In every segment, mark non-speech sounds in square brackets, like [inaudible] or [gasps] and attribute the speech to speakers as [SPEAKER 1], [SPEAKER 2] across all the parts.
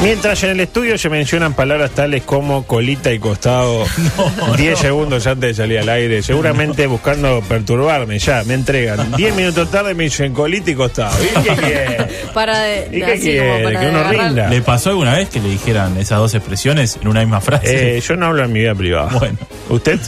[SPEAKER 1] Mientras en el estudio se mencionan palabras tales como colita y
[SPEAKER 2] [laughs]
[SPEAKER 1] costado 10 segundos antes de salir al aire, seguramente buscando perturbarme, ya, me entregan. 10 minutos tarde me dicen colita y costado. ¿Y
[SPEAKER 2] [laughs]
[SPEAKER 1] qué quiere?
[SPEAKER 3] Para de,
[SPEAKER 1] ¿Y
[SPEAKER 3] de-
[SPEAKER 1] qué
[SPEAKER 3] así como
[SPEAKER 1] quiere?
[SPEAKER 3] para
[SPEAKER 1] Que uno
[SPEAKER 3] agarrar-
[SPEAKER 1] rinda.
[SPEAKER 2] ¿Le pasó alguna vez que le dijeran esas dos expresiones en una misma frase? [laughs]
[SPEAKER 1] Eh, yo no hablo en mi vida privada.
[SPEAKER 2] Bueno.
[SPEAKER 1] ¿Usted?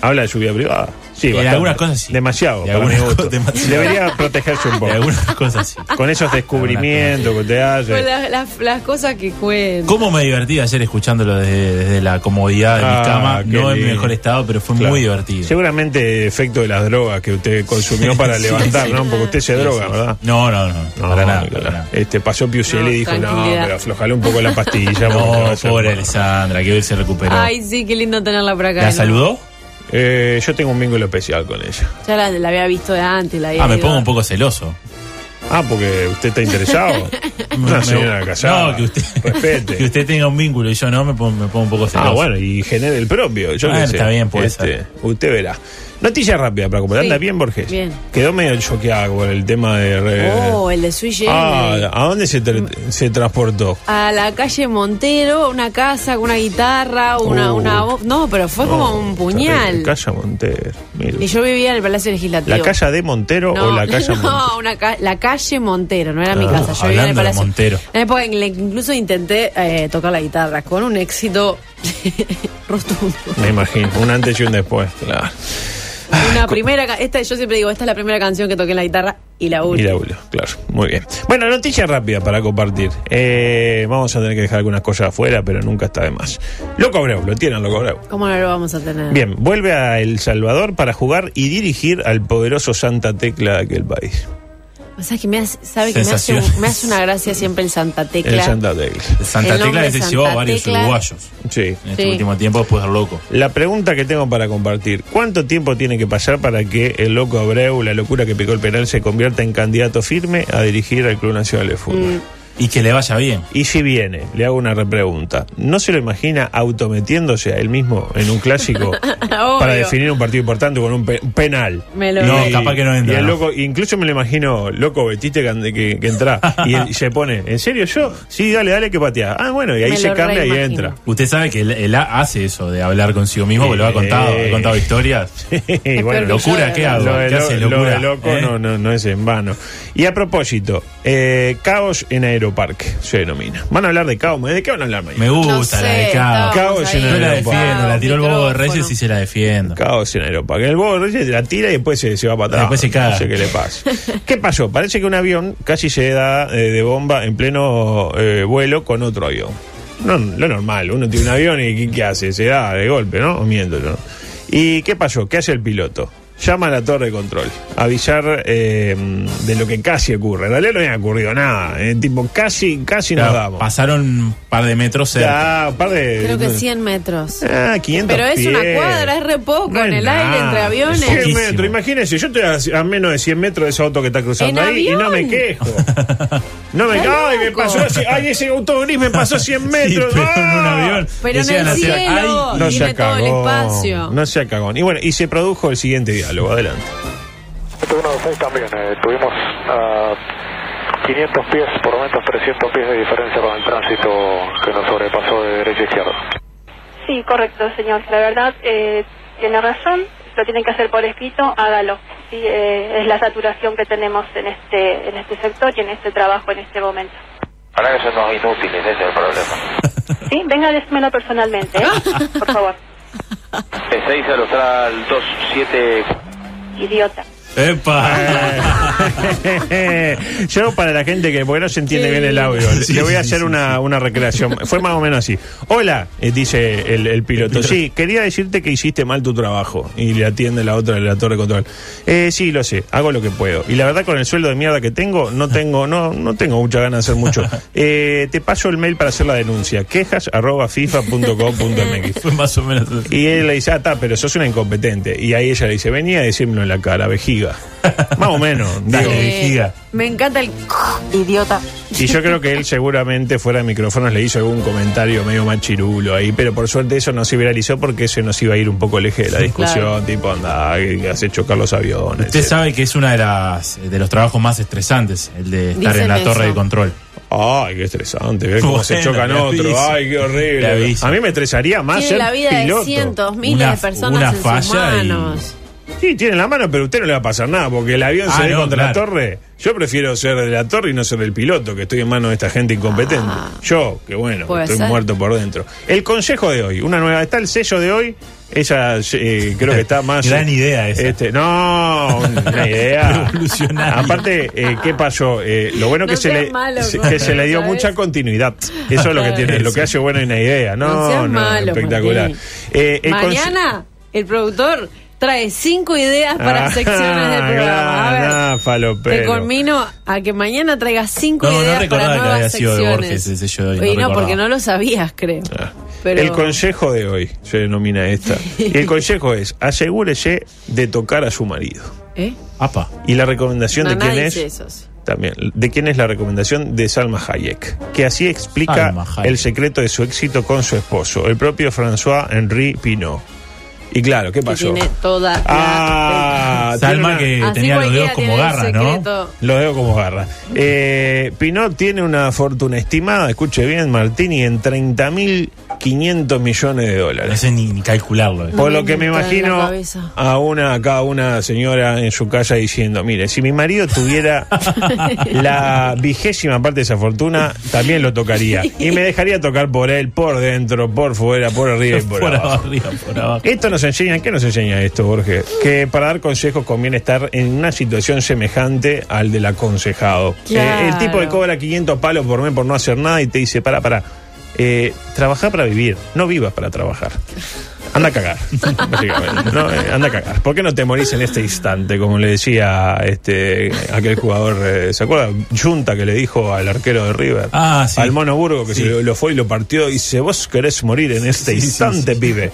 [SPEAKER 1] ¿Habla de su vida privada? Sí,
[SPEAKER 2] En
[SPEAKER 1] bastante.
[SPEAKER 2] algunas cosas sí.
[SPEAKER 1] Demasiado.
[SPEAKER 2] En
[SPEAKER 1] para
[SPEAKER 2] algunas
[SPEAKER 1] mi gusto.
[SPEAKER 2] cosas demasiado.
[SPEAKER 1] Debería protegerse un
[SPEAKER 2] De
[SPEAKER 1] poco.
[SPEAKER 2] algunas cosas sí.
[SPEAKER 1] Con
[SPEAKER 2] [laughs]
[SPEAKER 1] esos descubrimientos que te
[SPEAKER 3] Pues
[SPEAKER 1] hace.
[SPEAKER 3] las, las- las cosas que cuentan.
[SPEAKER 2] ¿Cómo me divertí ayer escuchándolo desde, desde la comodidad de
[SPEAKER 1] Ah,
[SPEAKER 2] mi cama?
[SPEAKER 1] qué
[SPEAKER 2] No en mi
[SPEAKER 1] lindo.
[SPEAKER 2] mejor estado, pero fue
[SPEAKER 1] Claro.
[SPEAKER 2] muy divertido.
[SPEAKER 1] Seguramente efecto de las drogas que usted consumió para levantar, ¿no? Porque usted se
[SPEAKER 2] Sí,
[SPEAKER 1] droga,
[SPEAKER 2] sí.
[SPEAKER 1] ¿verdad?
[SPEAKER 2] No, no, no. para nada, para nada.
[SPEAKER 1] Este, pasó Piuselli
[SPEAKER 3] No,
[SPEAKER 1] y dijo, no,
[SPEAKER 3] tranquilidad.
[SPEAKER 1] pero aflojale un poco la pastilla. porque te
[SPEAKER 2] [laughs] No,
[SPEAKER 1] vas a
[SPEAKER 2] pobre
[SPEAKER 1] enfermar".
[SPEAKER 2] Alessandra, que hoy se recuperó.
[SPEAKER 3] Ay, sí, qué lindo tenerla por acá.
[SPEAKER 2] ¿La
[SPEAKER 3] ¿no?
[SPEAKER 2] saludó?
[SPEAKER 1] Eh, yo tengo un vínculo especial con ella.
[SPEAKER 3] Ya la, la había visto de antes. La había
[SPEAKER 2] Ah, me
[SPEAKER 3] ido.
[SPEAKER 2] pongo un poco celoso.
[SPEAKER 1] Ah, porque usted está interesado. [laughs] Una
[SPEAKER 2] [laughs] Me-
[SPEAKER 1] señora casada.
[SPEAKER 2] No, que usted,
[SPEAKER 1] Respete.
[SPEAKER 2] [laughs] que usted tenga un vínculo y yo no, me pongo, me pongo un poco celoso.
[SPEAKER 1] Ah, bueno, y genere el propio. Yo qué
[SPEAKER 2] Bueno,
[SPEAKER 1] sé.
[SPEAKER 2] está bien, puede
[SPEAKER 1] Este,
[SPEAKER 2] ser.
[SPEAKER 1] Usted verá. Noticia rápida para como
[SPEAKER 3] Sí.
[SPEAKER 1] Anda bien, Borges.
[SPEAKER 3] Bien.
[SPEAKER 1] Quedó medio choqueada con el tema de. re-
[SPEAKER 3] Oh, eh. Mm. el de Sui
[SPEAKER 1] ah,
[SPEAKER 3] Generis.
[SPEAKER 1] ¿a dónde se, tra- se transportó?
[SPEAKER 3] A la calle Montero, una casa con una guitarra, una,
[SPEAKER 1] Uh.
[SPEAKER 3] una voz. No, pero fue
[SPEAKER 1] Oh,
[SPEAKER 3] como un puñal.
[SPEAKER 1] Calla Montero. mire.
[SPEAKER 3] Y yo vivía en el Palacio Legislativo.
[SPEAKER 1] ¿La calle de Montero o
[SPEAKER 3] [laughs] No,
[SPEAKER 1] la calle Montero?
[SPEAKER 3] No, una ca- la calle Montero, no era mi
[SPEAKER 1] Ah,
[SPEAKER 3] casa. Yo vivía en el
[SPEAKER 2] hablando de
[SPEAKER 3] Palacio.
[SPEAKER 2] Montero.
[SPEAKER 3] En la época en que incluso intenté eh, tocar la guitarra con un éxito [laughs] rotundo.
[SPEAKER 1] Me imagino. Un antes y un después. Claro.
[SPEAKER 3] Una primera, ca- esta yo siempre digo, esta es la primera canción que toqué en la guitarra y la
[SPEAKER 1] Y
[SPEAKER 3] última.
[SPEAKER 1] la Julio, claro, muy bien. Bueno, noticia rápida para compartir. Eh, vamos a tener que dejar algunas cosas afuera, pero nunca está de más. Loco Abreu, lo tienen Loco Abreu.
[SPEAKER 3] ¿Cómo no lo vamos a tener?
[SPEAKER 1] Bien, vuelve a El Salvador para jugar y dirigir al poderoso Santa Tecla de aquel país.
[SPEAKER 3] O sea que me hace, sabe que me hace,
[SPEAKER 2] Sensaciones.
[SPEAKER 3] me hace una gracia siempre el Santa Tecla.
[SPEAKER 1] El Santa Tecla.
[SPEAKER 3] El
[SPEAKER 2] Santa Tecla
[SPEAKER 3] nombre
[SPEAKER 2] les
[SPEAKER 3] Santa
[SPEAKER 2] llevó a varios
[SPEAKER 3] Tecla.
[SPEAKER 2] uruguayos.
[SPEAKER 1] Sí.
[SPEAKER 2] En este
[SPEAKER 3] Sí.
[SPEAKER 2] último tiempo, después del loco.
[SPEAKER 1] La pregunta que tengo para compartir, ¿cuánto tiempo tiene que pasar para que el loco Abreu, la locura que picó el penal, se convierta en candidato firme a dirigir al Club Nacional de
[SPEAKER 3] Mm.
[SPEAKER 1] Fútbol?
[SPEAKER 2] Y que le vaya bien.
[SPEAKER 1] Y si viene, le hago una repregunta, ¿no se lo imagina autometiéndose a él mismo en un clásico
[SPEAKER 3] [laughs] Obvio.
[SPEAKER 1] para definir un partido importante con un, pe- un penal?
[SPEAKER 3] Me lo
[SPEAKER 2] No,
[SPEAKER 1] Y-
[SPEAKER 2] capaz que no entra,
[SPEAKER 1] y el
[SPEAKER 2] ¿no?
[SPEAKER 1] loco, incluso me lo imagino loco Betiste que, que, que entra y,
[SPEAKER 2] [laughs]
[SPEAKER 1] él- y se pone, ¿en serio yo? Sí, dale, dale que patea. Ah, bueno, y ahí
[SPEAKER 3] Me
[SPEAKER 1] se
[SPEAKER 3] lo
[SPEAKER 1] cambia y
[SPEAKER 3] reimagino.
[SPEAKER 1] entra.
[SPEAKER 2] Usted sabe que él, él ha- hace eso de hablar consigo mismo, porque lo ha contado,
[SPEAKER 1] Eh.
[SPEAKER 2] ha contado historias. [laughs]
[SPEAKER 1] Y bueno,
[SPEAKER 3] peor que yo,
[SPEAKER 2] locura,
[SPEAKER 3] de
[SPEAKER 2] ¿qué
[SPEAKER 3] verdad.
[SPEAKER 2] hago?
[SPEAKER 1] Lo de,
[SPEAKER 2] ¿Qué
[SPEAKER 1] lo-
[SPEAKER 2] hace
[SPEAKER 1] lo de
[SPEAKER 2] locura?
[SPEAKER 1] loco
[SPEAKER 2] ¿Eh?
[SPEAKER 1] no, no, no es en vano. Y a propósito, eh, caos en Aeroparque se denomina. Van a hablar de caos. ¿De qué van a hablar mañana?
[SPEAKER 2] Me gusta
[SPEAKER 3] No
[SPEAKER 2] la de
[SPEAKER 3] sé,
[SPEAKER 2] Cabo.
[SPEAKER 1] Cabo
[SPEAKER 3] estábamos
[SPEAKER 1] lleno
[SPEAKER 2] Yo
[SPEAKER 1] de
[SPEAKER 2] la
[SPEAKER 1] Cabo,
[SPEAKER 2] defiendo, la tiró el bobo de
[SPEAKER 3] micrófono.
[SPEAKER 2] Reyes y se la defiendo.
[SPEAKER 1] Caos en Aeroparque. El bobo de Reyes la tira y después se, se va para atrás.
[SPEAKER 2] Después se caga.
[SPEAKER 1] No sé qué le pasa.
[SPEAKER 2] [laughs]
[SPEAKER 1] ¿Qué pasó? Parece que un avión casi se da eh, de bomba en pleno eh, vuelo con otro avión. No, lo normal, uno tiene un avión y ¿qué, qué hace? Se da de golpe, ¿no? O Miéndolo. ¿no? ¿Y qué pasó? ¿Qué hace el piloto? Llama a la torre de control, avisar eh, de lo que casi ocurre. En realidad no había ocurrido nada. eh, tipo, casi, casi
[SPEAKER 2] Claro,
[SPEAKER 1] nos damos.
[SPEAKER 2] pasaron un par de metros cerca.
[SPEAKER 1] Ya, un par de-
[SPEAKER 3] Creo que 100 metros.
[SPEAKER 1] Ah, 500
[SPEAKER 3] Pero es una
[SPEAKER 1] pies.
[SPEAKER 3] cuadra, es re poco,
[SPEAKER 1] No
[SPEAKER 3] en
[SPEAKER 1] es
[SPEAKER 3] el
[SPEAKER 1] nada.
[SPEAKER 3] aire, entre aviones.
[SPEAKER 1] 100
[SPEAKER 2] Poquísimo.
[SPEAKER 1] metros, imagínense, yo estoy a, a menos de 100 metros de ese auto que está cruzando
[SPEAKER 3] ¿En
[SPEAKER 1] ahí y no me
[SPEAKER 3] avión? [laughs]
[SPEAKER 1] quejo. No me
[SPEAKER 3] Está
[SPEAKER 1] quejo, ay, me
[SPEAKER 3] loco.
[SPEAKER 1] pasó, así, ay, ese auto gris me pasó 100
[SPEAKER 2] Sí,
[SPEAKER 1] metros.
[SPEAKER 2] pero en un
[SPEAKER 1] ¡Ah!
[SPEAKER 2] avión.
[SPEAKER 3] Pero en
[SPEAKER 2] Decían
[SPEAKER 3] el
[SPEAKER 2] hacer-
[SPEAKER 3] cielo.
[SPEAKER 2] ¡Ay!
[SPEAKER 1] No
[SPEAKER 3] Tiene
[SPEAKER 1] se
[SPEAKER 3] todo el
[SPEAKER 1] cagó.
[SPEAKER 3] espacio.
[SPEAKER 1] No se cagón. Y bueno, y se produjo el siguiente diálogo. Adelante.
[SPEAKER 4] Este uno de seis también, eh, tuvimos ah, 500 pies, por lo menos 300 pies de diferencia con el tránsito que nos sobrepasó de derecha a izquierda.
[SPEAKER 5] Sí, correcto, señor. La verdad, eh, tiene razón. Lo tienen que hacer por escrito, hágalo. Sí, eh, es la saturación que tenemos en este, en este sector y en este trabajo en este momento.
[SPEAKER 6] Ahora que son unos inútiles, ese es el problema.
[SPEAKER 5] [laughs] Sí, venga a decírmelo personalmente, ¿eh? por favor.
[SPEAKER 6] De 6 al 2, 7,
[SPEAKER 5] Idiota.
[SPEAKER 1] [laughs] Eh, Yo para la gente que porque no se entiende bien el audio, le-
[SPEAKER 2] Sí,
[SPEAKER 1] le voy a
[SPEAKER 2] sí,
[SPEAKER 1] hacer
[SPEAKER 2] sí,
[SPEAKER 1] una, una recreación. Fue más o menos así. Hola, eh, dice el, el piloto. Sí, quería decirte que hiciste mal tu trabajo. Y le atiende la otra de la torre de control. Eh, sí, lo sé, hago lo que puedo. Y la verdad con el sueldo de mierda que tengo, no tengo, no, no tengo mucha ganas de hacer
[SPEAKER 2] [laughs]
[SPEAKER 1] mucho. Eh, te paso el mail para hacer la denuncia. Quejas arroba fifa punto com punto mx.
[SPEAKER 2] Fue más o menos así.
[SPEAKER 1] Y él le dice, ah, está, pero sos una incompetente. Y ahí ella le dice, venía a decírmelo en la cara,
[SPEAKER 2] [laughs]
[SPEAKER 1] vejiga. Más o menos.
[SPEAKER 2] Dale,
[SPEAKER 1] digo.
[SPEAKER 2] vejiga.
[SPEAKER 3] Eh, Me encanta el [laughs] idiota.
[SPEAKER 1] Y yo creo que él seguramente fuera de micrófonos le hizo algún comentario medio machirulo ahí, pero por suerte eso no se viralizó porque eso nos iba a ir un poco el eje de la discusión,
[SPEAKER 3] Claro.
[SPEAKER 1] tipo, anda, que hace chocar los aviones.
[SPEAKER 2] Usted
[SPEAKER 1] etc.
[SPEAKER 2] sabe que es uno de, las, de los trabajos más estresantes, el de estar
[SPEAKER 3] Dicen
[SPEAKER 2] en la
[SPEAKER 3] eso.
[SPEAKER 2] torre de control.
[SPEAKER 1] Ay, qué estresante, ver cómo se
[SPEAKER 2] Bueno,
[SPEAKER 1] chocan
[SPEAKER 2] le
[SPEAKER 1] otros.
[SPEAKER 2] avisa.
[SPEAKER 1] Ay, qué
[SPEAKER 2] Le
[SPEAKER 1] horrible.
[SPEAKER 2] avisa.
[SPEAKER 1] A mí me estresaría más
[SPEAKER 3] Tiene
[SPEAKER 1] ser
[SPEAKER 3] la vida
[SPEAKER 1] Ah, piloto.
[SPEAKER 3] de cientos, miles
[SPEAKER 2] Una-
[SPEAKER 3] de personas
[SPEAKER 2] una
[SPEAKER 3] en sus
[SPEAKER 2] falla y-
[SPEAKER 3] manos.
[SPEAKER 1] Sí, tiene la mano, pero a usted no le va a pasar nada, porque el avión se
[SPEAKER 2] Ah,
[SPEAKER 1] ve
[SPEAKER 2] no,
[SPEAKER 1] contra la
[SPEAKER 2] claro.
[SPEAKER 1] torre. Yo prefiero ser de la torre y no ser el piloto, que estoy en manos de esta gente incompetente. Yo, que bueno,
[SPEAKER 3] Ah. Puede
[SPEAKER 1] estoy
[SPEAKER 3] ser.
[SPEAKER 1] muerto por dentro. El consejo de hoy, una nueva, está el sello de hoy, esa eh, creo que
[SPEAKER 2] [laughs]
[SPEAKER 1] está más...
[SPEAKER 2] Gran idea esa.
[SPEAKER 1] Este, no, una idea.
[SPEAKER 2] [laughs] Revolucionaria.
[SPEAKER 1] Aparte, eh, ¿qué pasó? Eh, lo bueno
[SPEAKER 3] No
[SPEAKER 1] que, se
[SPEAKER 3] seas
[SPEAKER 1] le,
[SPEAKER 3] malo
[SPEAKER 1] se-
[SPEAKER 3] con
[SPEAKER 1] que se le dio
[SPEAKER 3] eso, ¿sabes?
[SPEAKER 1] mucha continuidad. Eso es lo
[SPEAKER 3] [laughs]
[SPEAKER 1] que tiene, lo que hace bueno es una idea. No,
[SPEAKER 3] No
[SPEAKER 1] no,
[SPEAKER 3] seas malo,
[SPEAKER 1] espectacular.
[SPEAKER 3] Martín.
[SPEAKER 1] Eh, el conse-
[SPEAKER 3] Mañana el productor trae cinco ideas para
[SPEAKER 1] Ah, [laughs]
[SPEAKER 3] secciones del programa. A ver,
[SPEAKER 1] ah, falopero.
[SPEAKER 3] te conmino a que mañana traigas cinco
[SPEAKER 2] No, no
[SPEAKER 3] ideas para
[SPEAKER 2] recordaba que
[SPEAKER 3] nuevas
[SPEAKER 2] había sido de
[SPEAKER 3] secciones.
[SPEAKER 2] Borges ese sello de hoy,
[SPEAKER 3] Y
[SPEAKER 2] no
[SPEAKER 3] no,
[SPEAKER 2] recordaba.
[SPEAKER 3] porque no lo sabías, creo. Pero
[SPEAKER 1] Ah. El consejo de hoy se denomina
[SPEAKER 3] [laughs]
[SPEAKER 1] esta. Y el consejo es, asegúrese de tocar a su marido.
[SPEAKER 3] ¿Eh?
[SPEAKER 2] Apa.
[SPEAKER 1] Y la recomendación
[SPEAKER 3] No,
[SPEAKER 1] de quién
[SPEAKER 3] nadie
[SPEAKER 1] es...
[SPEAKER 3] dice esos.
[SPEAKER 1] También, ¿de quién es la recomendación? De Salma Hayek, que así explica
[SPEAKER 2] Salma Hayek.
[SPEAKER 1] el secreto de su éxito con su esposo, el propio François-Henri Pinault. Y claro, ¿qué
[SPEAKER 3] Que
[SPEAKER 1] pasó?
[SPEAKER 3] tiene toda la-
[SPEAKER 1] Ah, tiene
[SPEAKER 2] Salma
[SPEAKER 1] una-
[SPEAKER 2] que
[SPEAKER 3] Así
[SPEAKER 2] tenía los
[SPEAKER 3] cualquiera
[SPEAKER 2] dedos como
[SPEAKER 3] tiene el
[SPEAKER 2] garras, ¿no?
[SPEAKER 3] secreto.
[SPEAKER 1] Lo veo como garra. Eh, Pinot tiene una fortuna estimada, escuche bien, Martini, en 30.500 millones de
[SPEAKER 2] No
[SPEAKER 1] dólares.
[SPEAKER 2] sé ni, ni calcularlo. eh.
[SPEAKER 3] No
[SPEAKER 1] Por
[SPEAKER 3] me
[SPEAKER 1] lo que me
[SPEAKER 3] entra en la
[SPEAKER 1] imagino
[SPEAKER 3] cabeza.
[SPEAKER 1] a una acá una señora en su casa diciendo, mire, si mi marido
[SPEAKER 3] [laughs]
[SPEAKER 1] tuviera la vigésima parte de esa fortuna, también lo tocaría. Y me dejaría tocar por él, por dentro, por fuera, por arriba y por,
[SPEAKER 2] [laughs] por
[SPEAKER 1] abajo.
[SPEAKER 2] abajo, arriba, por abajo.
[SPEAKER 1] Esto nos enseña, ¿qué nos enseña esto, Jorge? Que para dar consejos conviene estar en una situación semejante al del aconsejado.
[SPEAKER 3] Claro.
[SPEAKER 1] Eh, el tipo que cobra 500 palos por mes por no hacer nada y te dice, para, para, eh, trabaja para vivir, no vivas para trabajar. Anda a cagar, básicamente. No, eh, anda a cagar. ¿Por qué no te morís en este instante? Como le decía este aquel jugador, eh, ¿se acuerda? Junta que le dijo al arquero de River,
[SPEAKER 2] Ah, sí.
[SPEAKER 1] al Mono Burgo, que
[SPEAKER 2] Sí.
[SPEAKER 1] se lo, lo fue y lo partió, y dice, vos querés morir en este
[SPEAKER 2] Sí, sí,
[SPEAKER 1] instante,
[SPEAKER 2] sí.
[SPEAKER 1] pibe.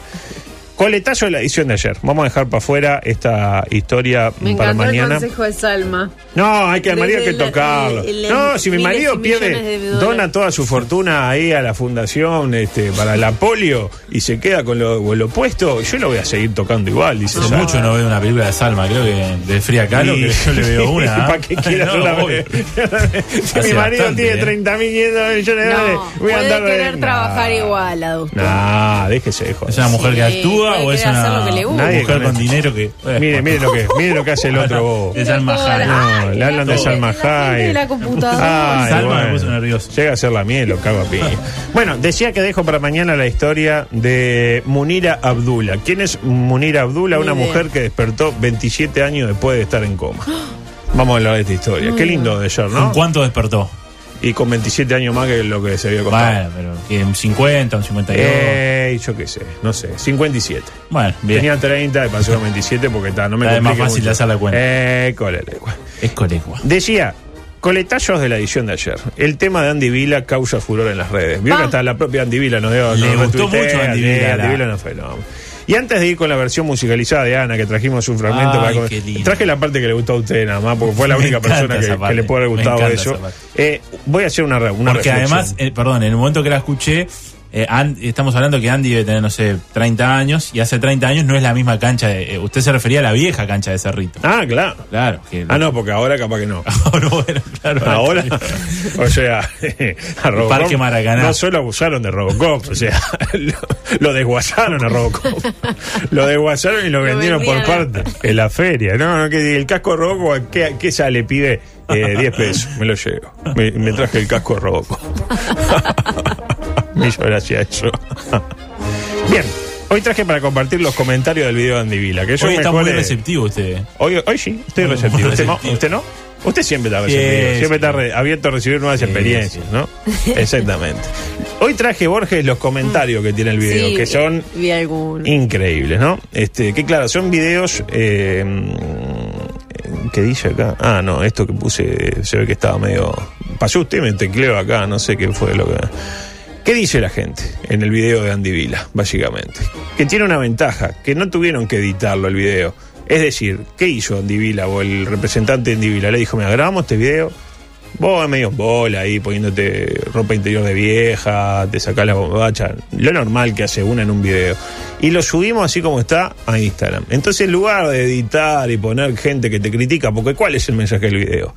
[SPEAKER 1] Coletazo de la edición de ayer. Vamos a dejar para afuera esta historia
[SPEAKER 3] Me
[SPEAKER 1] para
[SPEAKER 3] encantó el
[SPEAKER 1] mañana.
[SPEAKER 3] consejo de Salma.
[SPEAKER 1] No, hay que al marido hay que
[SPEAKER 3] Desde la-
[SPEAKER 1] tocarlo.
[SPEAKER 3] el- el-
[SPEAKER 1] No, si mi
[SPEAKER 3] miles y
[SPEAKER 1] marido
[SPEAKER 3] millones de
[SPEAKER 1] pierde,
[SPEAKER 3] dólares.
[SPEAKER 1] dona toda su fortuna ahí a la fundación este, para la polio y se queda con lo, con lo puesto, yo lo voy a seguir tocando igual, dice.
[SPEAKER 2] Hace
[SPEAKER 1] Sara.
[SPEAKER 2] mucho no veo una película de Salma, creo que de Fría Kahlo,
[SPEAKER 1] Y-
[SPEAKER 2] que yo le
[SPEAKER 1] [laughs]
[SPEAKER 2] veo una. ¿eh?
[SPEAKER 1] ¿Para qué quieras
[SPEAKER 2] [laughs] No,
[SPEAKER 1] una
[SPEAKER 2] voy.
[SPEAKER 1] [laughs] Si mi
[SPEAKER 2] Hace
[SPEAKER 1] marido
[SPEAKER 2] bastante,
[SPEAKER 1] tiene
[SPEAKER 2] ¿eh?
[SPEAKER 1] 30 mil millones de dólares, Eh,
[SPEAKER 3] No,
[SPEAKER 1] voy a
[SPEAKER 3] puede
[SPEAKER 1] andar de-
[SPEAKER 3] querer trabajar
[SPEAKER 1] Nah.
[SPEAKER 3] igual, adulto.
[SPEAKER 1] Nah, déjese de joder.
[SPEAKER 2] ¿Es una mujer que
[SPEAKER 3] Sí,
[SPEAKER 2] actúa
[SPEAKER 3] puede
[SPEAKER 2] o es
[SPEAKER 3] querer hacer
[SPEAKER 2] una
[SPEAKER 3] lo que le gusta.
[SPEAKER 1] Nadie
[SPEAKER 2] mujer
[SPEAKER 1] con
[SPEAKER 2] con
[SPEAKER 1] esto.
[SPEAKER 2] dinero que. eh,
[SPEAKER 1] Mire, mire lo que, mire lo que hace el
[SPEAKER 2] [laughs]
[SPEAKER 1] otro bobo.
[SPEAKER 2] Es Salma
[SPEAKER 3] Toda
[SPEAKER 2] Hayek.
[SPEAKER 3] la-
[SPEAKER 1] No,
[SPEAKER 3] Ay,
[SPEAKER 1] Ah, le hablan de
[SPEAKER 3] la-
[SPEAKER 1] Salma
[SPEAKER 3] la gente de la
[SPEAKER 1] Hayek. Ah,
[SPEAKER 3] computadora.
[SPEAKER 1] Ay,
[SPEAKER 2] Salma me
[SPEAKER 1] bueno.
[SPEAKER 2] puso nervioso.
[SPEAKER 1] Llega a ser la miel, lo cago a piña. Bueno, decía que dejo para mañana la historia de Munira Abdullah. ¿Quién es Munira Abdullah?
[SPEAKER 3] Ni
[SPEAKER 1] Una
[SPEAKER 3] idea.
[SPEAKER 1] mujer que despertó 27 años después de estar en
[SPEAKER 3] [gasps]
[SPEAKER 1] coma. Vamos a hablar de esta historia. Qué lindo de ayer,
[SPEAKER 2] ¿Con
[SPEAKER 1] ¿no?
[SPEAKER 2] cuánto despertó?
[SPEAKER 1] Y con 27 años más que lo que se había costado.
[SPEAKER 2] Bueno, pero que un 50, un 52.
[SPEAKER 1] Eh, yo qué sé, no sé, 57.
[SPEAKER 2] bueno, bien.
[SPEAKER 1] Tenía 30 y pasó a 27 porque está, no me
[SPEAKER 2] Está de más
[SPEAKER 1] complique
[SPEAKER 2] fácil
[SPEAKER 1] mucho.
[SPEAKER 2] de hacer la cuenta.
[SPEAKER 1] Eh, cólera, igual.
[SPEAKER 2] Es colegua.
[SPEAKER 1] Decía, coletazos de la edición de ayer. El tema de Andy Vila causa furor en las redes. Vio
[SPEAKER 3] Pa.
[SPEAKER 1] que hasta la propia Andy Vila nos dio.
[SPEAKER 2] Ah. Le
[SPEAKER 1] nos
[SPEAKER 2] gustó
[SPEAKER 1] retuitea,
[SPEAKER 2] mucho Andy
[SPEAKER 1] sí,
[SPEAKER 2] Vila,
[SPEAKER 1] Andy
[SPEAKER 2] la-
[SPEAKER 1] Vila no fue, no. Y antes de ir con la versión musicalizada de Ana, que trajimos un fragmento
[SPEAKER 2] Ay,
[SPEAKER 1] para comer-
[SPEAKER 2] qué lindo.
[SPEAKER 1] Traje la parte que le gustó a usted nada más, porque fue la
[SPEAKER 2] Me
[SPEAKER 1] única
[SPEAKER 2] encanta
[SPEAKER 1] persona
[SPEAKER 2] esa
[SPEAKER 1] que, que
[SPEAKER 2] parte.
[SPEAKER 1] le puede haber
[SPEAKER 2] Me
[SPEAKER 1] gustado
[SPEAKER 2] encanta
[SPEAKER 1] eso.
[SPEAKER 2] esa parte.
[SPEAKER 1] Eh, voy a hacer una, re- una
[SPEAKER 2] Porque
[SPEAKER 1] reflexión.
[SPEAKER 2] además, eh, perdón, en el momento que la escuché, eh, An- estamos hablando que Andy debe tener, no sé, 30 años, y hace 30 años no es la misma cancha. de- eh, usted se refería a la vieja cancha de Cerrito.
[SPEAKER 1] Ah, claro.
[SPEAKER 2] Claro. Que
[SPEAKER 1] Ah, no, porque ahora capaz que
[SPEAKER 2] [laughs]
[SPEAKER 1] no.
[SPEAKER 2] Ahora, bueno, claro. [laughs]
[SPEAKER 1] Ahora, o sea, [laughs] a Robocop.
[SPEAKER 2] Parque Maracaná.
[SPEAKER 1] No solo abusaron de Robocop, o sea, [laughs] lo, lo desguazaron a Robocop. Lo desguazaron y lo,
[SPEAKER 3] Lo
[SPEAKER 1] vendieron por
[SPEAKER 3] vendían. ¿eh?
[SPEAKER 1] parte en la feria. No, no, que el casco de Robocop, ¿qué, qué sale, pibe? Eh, 10 pesos, me lo llevo. Me, me traje el casco de [laughs] Robocop. Millo gracias a eso. [laughs] Bien. Hoy traje para compartir los comentarios del video de Andy Vila, que yo
[SPEAKER 2] Hoy está
[SPEAKER 1] mejor
[SPEAKER 2] muy
[SPEAKER 1] es-
[SPEAKER 2] receptivo usted.
[SPEAKER 1] Hoy, hoy sí, estoy
[SPEAKER 2] Muy
[SPEAKER 1] receptivo. ¿Usted, no?
[SPEAKER 2] receptivo.
[SPEAKER 1] ¿Usted no? Usted siempre está
[SPEAKER 2] Sí,
[SPEAKER 1] receptivo, siempre
[SPEAKER 2] sí.
[SPEAKER 1] está re- abierto a recibir nuevas
[SPEAKER 2] Sí,
[SPEAKER 1] experiencias,
[SPEAKER 2] sí. [laughs]
[SPEAKER 1] ¿no? Exactamente. Hoy traje, Borges, los comentarios que tiene el video,
[SPEAKER 3] Sí,
[SPEAKER 1] que son
[SPEAKER 3] Vi alguno.
[SPEAKER 1] increíbles, ¿no? Este, que claro, son videos eh, mm, que dice acá. Ah, no, esto que puse eh, se ve que estaba medio. Pasó usted, me tecleo acá, no sé qué fue lo que. ¿Qué dice la gente en el video de Andy Vila, básicamente? Que tiene una ventaja, que no tuvieron que editarlo el video. Es decir, ¿qué hizo Andy Vila o el representante de Andy Vila? Le dijo, mira, grabamos este video, Vos medio bola ahí poniéndote ropa interior de vieja, te sacás la bombacha, lo normal que hace una en un video. Y lo subimos así como está a Instagram. Entonces, en lugar de editar y poner gente que te critica, porque ¿cuál es el mensaje del video?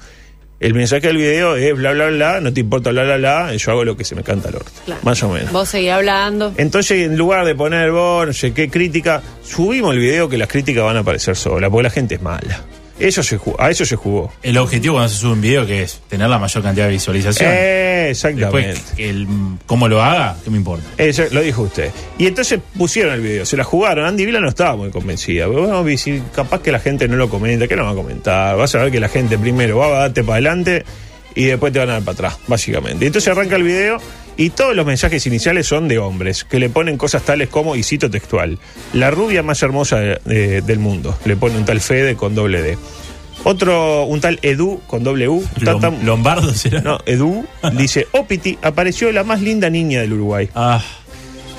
[SPEAKER 1] El mensaje del video es bla bla bla, no te importa bla bla bla, yo hago lo que se me canta al orto.
[SPEAKER 3] Claro.
[SPEAKER 1] Más o menos.
[SPEAKER 3] Vos seguís hablando.
[SPEAKER 1] Entonces, en lugar de poner vos, no sé qué crítica, subimos el video que las críticas van a aparecer solas, porque la gente es mala. Eso se ju- a eso se jugó.
[SPEAKER 2] El objetivo cuando se sube un video que es tener la mayor cantidad de visualización.
[SPEAKER 1] Eh, exactamente.
[SPEAKER 2] Después, el, cómo lo haga, ¿qué me importa?
[SPEAKER 1] Eso lo dijo usted. Y entonces pusieron el video, se la jugaron. Andy Vila no estaba muy convencida. Pero bueno, si capaz que la gente no lo comenta, que no va a comentar. Vas a ver que la gente primero va a darte para adelante y después te van a dar para atrás, básicamente. Y entonces arranca el video y todos los mensajes iniciales son de hombres, que le ponen cosas tales como, y cito textual, la rubia más hermosa de- de- del mundo. Le pone un tal Fede con doble D. Otro, un tal Edu con doble U. Está
[SPEAKER 2] Lom-
[SPEAKER 1] tan-
[SPEAKER 2] ¿Lombardo será?
[SPEAKER 1] no, Edu dice, Opiti, apareció la más linda niña del Uruguay.
[SPEAKER 2] Ah,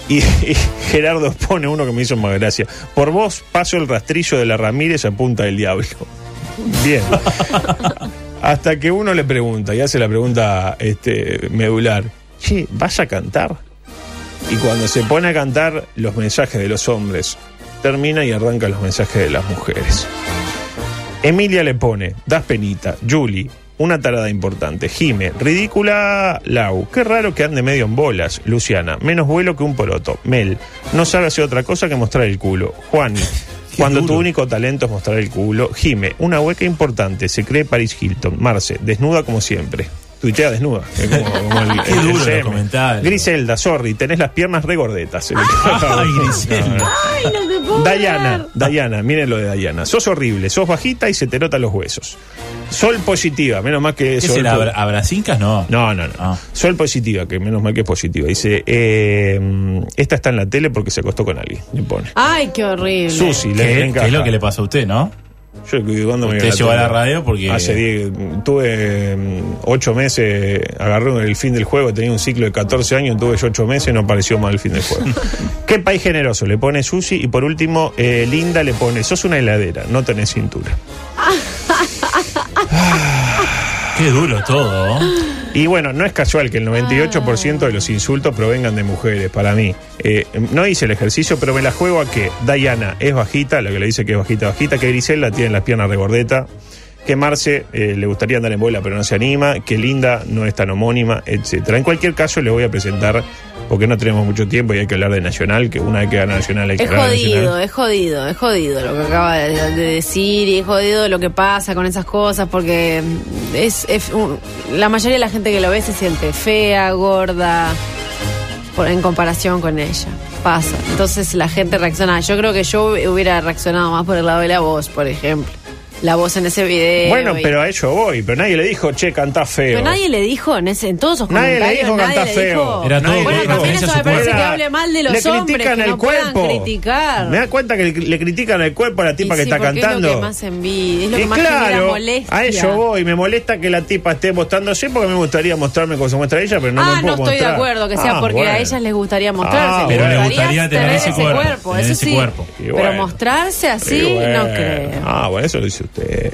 [SPEAKER 1] Y, y Gerardo pone uno que me hizo más gracia. Por vos paso el rastrillo de la Ramírez a punta del diablo. Bien. Hasta que uno le pregunta, y hace la pregunta este, medular, che, ¿vas a cantar? Y cuando se pone a cantar los mensajes de los hombres, termina y arranca los mensajes de las mujeres. Emilia le pone, das penita, Julie, una tarada importante, Jime, ridícula, Lau, qué raro que ande medio en bolas, Luciana, menos vuelo que un poroto, Mel, no sabe hacer otra cosa que mostrar el culo,
[SPEAKER 2] [laughs]
[SPEAKER 1] Juan, cuando tu
[SPEAKER 2] duro.
[SPEAKER 1] único talento es mostrar el culo, Jime, una hueca importante, se cree Paris Hilton, Marce, desnuda como siempre. Tuitea desnuda. es como- como el-
[SPEAKER 2] [laughs] Qué
[SPEAKER 1] el
[SPEAKER 2] duro los
[SPEAKER 1] SM.
[SPEAKER 2] comentarios.
[SPEAKER 1] Griselda, sorry, tenés las piernas regordetas.
[SPEAKER 2] Ah, Ay, Griselda.
[SPEAKER 1] [laughs]
[SPEAKER 3] Ay, no te puedo
[SPEAKER 1] Dayana,
[SPEAKER 3] creer.
[SPEAKER 1] Dayana, miren lo de Dayana. Sos horrible, sos bajita y se te notan los huesos. Sol positiva, menos mal que
[SPEAKER 2] ¿qué
[SPEAKER 1] sol
[SPEAKER 2] será?
[SPEAKER 1] po-
[SPEAKER 2] ¿Abra- ¿Abracincas? No.
[SPEAKER 1] No, no, no.
[SPEAKER 2] Ah.
[SPEAKER 1] Sol positiva, que menos mal que es positiva. Dice, eh, mm, esta está en la tele porque se acostó con alguien, le pone.
[SPEAKER 3] Ay, qué horrible.
[SPEAKER 1] Susi, le, le
[SPEAKER 2] ¿Qué,
[SPEAKER 1] encaja.
[SPEAKER 2] qué es lo que le pasó a usted, no?
[SPEAKER 1] Yo que cuando me
[SPEAKER 2] Usted
[SPEAKER 1] iba
[SPEAKER 2] llegó a la
[SPEAKER 1] tele,
[SPEAKER 2] radio porque-
[SPEAKER 1] Hace 10, tuve mm, ocho meses, agarré el fin del juego, tenía un ciclo de 14 años, tuve yo ocho meses, no pareció mal el fin del
[SPEAKER 2] [laughs]
[SPEAKER 1] juego. Qué país generoso, le pone Susi y por último, eh, Linda le pone, sos una heladera, no tenés cintura.
[SPEAKER 2] Qué duro todo.
[SPEAKER 1] Y bueno, no es casual
[SPEAKER 3] Ah.
[SPEAKER 1] que el 98% de los insultos provengan de mujeres, para mí. Eh, no hice el ejercicio, pero me la juego a que Diana es bajita, la que le dice que es bajita, bajita, que Griselda tiene las piernas regordeta, que Marce eh, le gustaría andar en bola, pero no se anima, que Linda no es tan homónima, etcétera. En cualquier caso, les voy a presentar, porque no tenemos mucho tiempo y hay que hablar de Nacional, que una vez que gana Nacional hay que
[SPEAKER 3] Es
[SPEAKER 1] ganar
[SPEAKER 3] jodido,
[SPEAKER 1] Nacional.
[SPEAKER 3] es jodido, es jodido lo que acaba de, de decir y es jodido lo que pasa con esas cosas porque es, es un- la mayoría de la gente que lo ve se siente fea, gorda por- en comparación con ella. Pasa. Entonces la gente reacciona. Yo creo que yo hubiera reaccionado más por el lado de la voz, por ejemplo. La voz en ese video.
[SPEAKER 1] Bueno,
[SPEAKER 3] y-
[SPEAKER 1] pero a eso voy, pero nadie le dijo, che, cantás feo.
[SPEAKER 3] eh, Pero nadie le dijo en, ese, en todos esos
[SPEAKER 1] Nadie le
[SPEAKER 3] comentarios.
[SPEAKER 1] dijo
[SPEAKER 3] nadie
[SPEAKER 1] cantar
[SPEAKER 3] le
[SPEAKER 1] feo.
[SPEAKER 3] dijo-
[SPEAKER 2] Era todo
[SPEAKER 3] Bueno,
[SPEAKER 2] con
[SPEAKER 3] también
[SPEAKER 2] referencia
[SPEAKER 3] eso
[SPEAKER 2] a
[SPEAKER 3] me
[SPEAKER 2] su
[SPEAKER 3] parece
[SPEAKER 2] cuerpo.
[SPEAKER 3] que hable mal de los
[SPEAKER 1] le
[SPEAKER 3] hombres.
[SPEAKER 1] critican
[SPEAKER 3] que
[SPEAKER 1] el
[SPEAKER 3] no puedan
[SPEAKER 1] cuerpo.
[SPEAKER 3] criticar.
[SPEAKER 1] Me da cuenta que le critican el cuerpo a la tipa
[SPEAKER 3] Y
[SPEAKER 1] que
[SPEAKER 3] sí,
[SPEAKER 1] está
[SPEAKER 3] porque
[SPEAKER 1] cantando.
[SPEAKER 3] Es lo que más envidia, es lo
[SPEAKER 1] y
[SPEAKER 3] que más genera
[SPEAKER 1] claro,
[SPEAKER 3] molestia.
[SPEAKER 1] a eso voy. Me molesta que la tipa esté mostrándose porque a mí me gustaría mostrarme como se muestra ella, pero no
[SPEAKER 3] ah,
[SPEAKER 1] me puedo
[SPEAKER 3] no estoy de
[SPEAKER 1] mostrar.
[SPEAKER 3] acuerdo, que sea
[SPEAKER 1] Ah,
[SPEAKER 3] porque a
[SPEAKER 1] bueno.
[SPEAKER 3] ellas les gustaría mostrarse.
[SPEAKER 1] Ah,
[SPEAKER 2] Pero
[SPEAKER 1] bueno.
[SPEAKER 2] le gustaría tener ese cuerpo, tener
[SPEAKER 3] eso
[SPEAKER 2] ese
[SPEAKER 3] sí.
[SPEAKER 2] cuerpo.
[SPEAKER 1] Y
[SPEAKER 3] Pero
[SPEAKER 1] bueno.
[SPEAKER 3] mostrarse así,
[SPEAKER 1] Y bueno.
[SPEAKER 3] no creo.
[SPEAKER 1] Ah, bueno, eso lo dice usted. Usted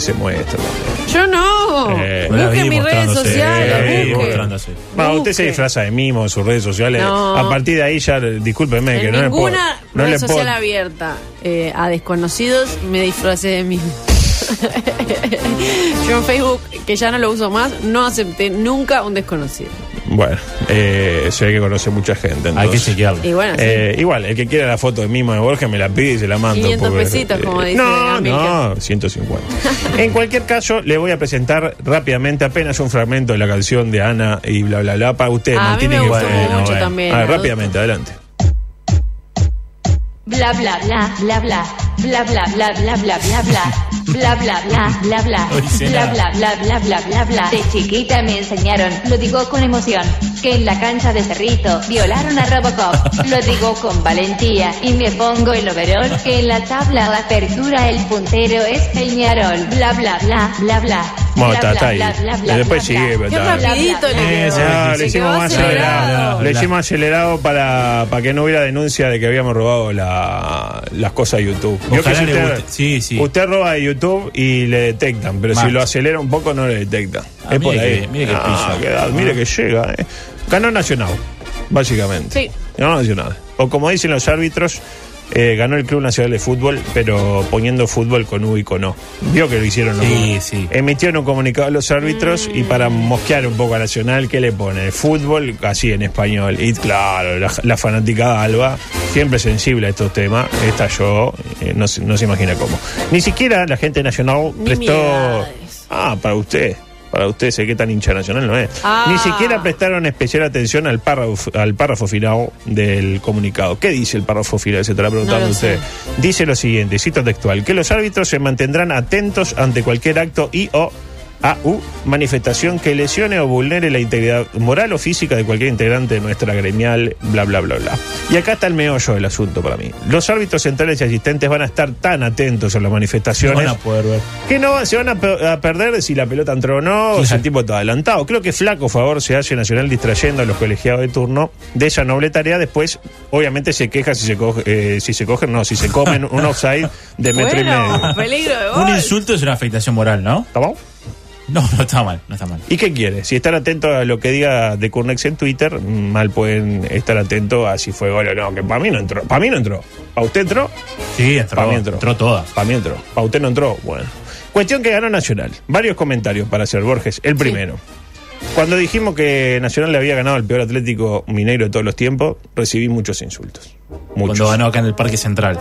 [SPEAKER 1] se muestra. también.
[SPEAKER 3] Yo no.
[SPEAKER 1] Eh,
[SPEAKER 2] No la vi
[SPEAKER 3] Busquen mis redes
[SPEAKER 2] mostrándose, no la vi
[SPEAKER 3] sociales. busquen.
[SPEAKER 2] mostrándose.
[SPEAKER 1] Va,
[SPEAKER 3] Busque.
[SPEAKER 1] usted se disfraza de mimo en sus redes sociales.
[SPEAKER 3] No.
[SPEAKER 1] A partir de ahí ya, discúlpeme, que
[SPEAKER 3] En
[SPEAKER 1] no le puedo.
[SPEAKER 3] ninguna
[SPEAKER 1] no
[SPEAKER 3] red
[SPEAKER 1] le
[SPEAKER 3] social
[SPEAKER 1] puedo-
[SPEAKER 3] abierta eh, a desconocidos me disfracé de mí. [laughs] Yo en Facebook, que ya no lo uso más, no acepté nunca un desconocido.
[SPEAKER 1] Bueno, eh, se ve que conoce mucha gente.
[SPEAKER 2] Hay que
[SPEAKER 1] entonces.
[SPEAKER 2] chequearlo.
[SPEAKER 3] Y bueno, sí.
[SPEAKER 1] Eh, igual, el que quiera la foto de Mimo de Borges me la pide y se la mando. eh,
[SPEAKER 3] 500 pesitos, como dice
[SPEAKER 1] No,
[SPEAKER 3] Amilcar.
[SPEAKER 1] no,
[SPEAKER 3] [laughs]
[SPEAKER 1] 150. en cualquier caso, le voy a presentar rápidamente apenas un fragmento de la canción de Ana y bla, bla, bla, para usted.
[SPEAKER 3] Ah,
[SPEAKER 1] no
[SPEAKER 3] A mí
[SPEAKER 1] tiene
[SPEAKER 3] me
[SPEAKER 1] que
[SPEAKER 3] gustó
[SPEAKER 1] Bueno, Ah,
[SPEAKER 3] mucho
[SPEAKER 1] bueno.
[SPEAKER 3] también,
[SPEAKER 1] A ver,
[SPEAKER 3] adulto.
[SPEAKER 1] rápidamente, adelante.
[SPEAKER 7] Bla bla bla bla bla bla bla bla bla bla bla bla bla bla bla bla bla
[SPEAKER 2] No dice
[SPEAKER 7] bla
[SPEAKER 2] nada.
[SPEAKER 7] bla bla bla bla bla bla. De chiquita me enseñaron, lo digo con emoción, que en la cancha de Cerrito violaron a Robocop. Lo digo con valentía y me pongo el overol, que en la tabla de apertura el puntero es Peñarol. Bla bla bla bla bla.
[SPEAKER 1] Bueno,
[SPEAKER 7] Bla, bla,
[SPEAKER 1] está, está ahí.
[SPEAKER 7] bla, bla, bla,
[SPEAKER 1] Y después
[SPEAKER 7] bla, bla.
[SPEAKER 1] sigue, pero
[SPEAKER 3] Qué
[SPEAKER 1] está bien.
[SPEAKER 3] rapidito le
[SPEAKER 2] Eh,
[SPEAKER 3] quedó.
[SPEAKER 2] sí,
[SPEAKER 1] Ah,
[SPEAKER 2] Se
[SPEAKER 1] le hicimos
[SPEAKER 3] quedó
[SPEAKER 1] más
[SPEAKER 3] acelerado.
[SPEAKER 1] acelerado. Le hicimos acelerado para, para que no hubiera denuncia de que habíamos robado la- las cosas de YouTube. Vio
[SPEAKER 2] Ojalá
[SPEAKER 1] que
[SPEAKER 2] le guste. Sí, sí.
[SPEAKER 1] Usted roba de YouTube y le detectan, pero si
[SPEAKER 2] Max.
[SPEAKER 1] lo acelera un poco no le detectan.
[SPEAKER 2] Ah,
[SPEAKER 1] es
[SPEAKER 2] mire
[SPEAKER 1] por ahí.
[SPEAKER 2] que- mire que
[SPEAKER 1] Ah,
[SPEAKER 2] pillo.
[SPEAKER 1] qué edad, mire que llega. Eh. Ganó Nacional, básicamente.
[SPEAKER 3] Sí.
[SPEAKER 1] Ganó Nacional. O como dicen los árbitros. eh, ganó el Club Nacional de Fútbol, pero poniendo fútbol con U y con O. Vio que lo hicieron los
[SPEAKER 2] Sí,
[SPEAKER 1] dos.
[SPEAKER 2] sí.
[SPEAKER 1] Emitieron un comunicado a los árbitros y para mosquear un poco a Nacional, ¿qué le pone? Fútbol así en español. Y claro, la, la fanaticada Alba, siempre sensible a estos temas, estalló, eh, no, se- no se imagina cómo. Ni siquiera la gente de nacional
[SPEAKER 3] Ni
[SPEAKER 1] prestó...
[SPEAKER 3] miedades.
[SPEAKER 1] Ah, para usted. Para usted, sé que tan hincha nacional no es.
[SPEAKER 3] Ah.
[SPEAKER 1] Ni siquiera prestaron especial atención al párrafo, al párrafo final del comunicado. ¿Qué dice el párrafo final? Se estará preguntando
[SPEAKER 3] No lo
[SPEAKER 1] usted.
[SPEAKER 3] sé.
[SPEAKER 1] Dice lo siguiente, cito textual, que los árbitros se mantendrán atentos ante cualquier acto y o AU, manifestación que lesione o vulnere la integridad moral o física de cualquier integrante de nuestra gremial, bla, bla, bla, bla. Y acá está el meollo del asunto para mí. Los árbitros centrales y asistentes van a estar tan atentos a las
[SPEAKER 2] No
[SPEAKER 1] manifestaciones
[SPEAKER 2] van a poder ver.
[SPEAKER 1] que no se van a, pe- a perder si la pelota entró o no, o si el tipo está adelantado. Creo que flaco favor se hace Nacional distrayendo a los colegiados de turno de esa noble tarea. Después, obviamente, se queja si se coge, eh, si se cogen, no, si se comen un offside de metro y
[SPEAKER 3] Bueno,
[SPEAKER 1] medio.
[SPEAKER 3] peligro de
[SPEAKER 2] Un
[SPEAKER 3] gol.
[SPEAKER 2] insulto es una afectación moral, ¿no?
[SPEAKER 1] ¿Estamos?
[SPEAKER 2] No, no está mal, no está mal.
[SPEAKER 1] ¿Y qué quiere? Si están atentos a lo que diga de Curnex en Twitter, mal pueden estar atentos a si fue gol o no. Que para mí no entró. Para mí no entró. ¿Para usted entró?
[SPEAKER 2] Sí, entró,
[SPEAKER 1] Pa' mí entró.
[SPEAKER 2] entró. toda.
[SPEAKER 1] Para mí entró. Para usted no entró. Bueno. Cuestión que ganó Nacional. Varios comentarios para hacer, Borges. El primero. Cuando dijimos que Nacional le había ganado al peor Atlético Mineiro de todos los tiempos, recibí muchos insultos. Muchos.
[SPEAKER 2] Cuando ganó acá en el Parque Central.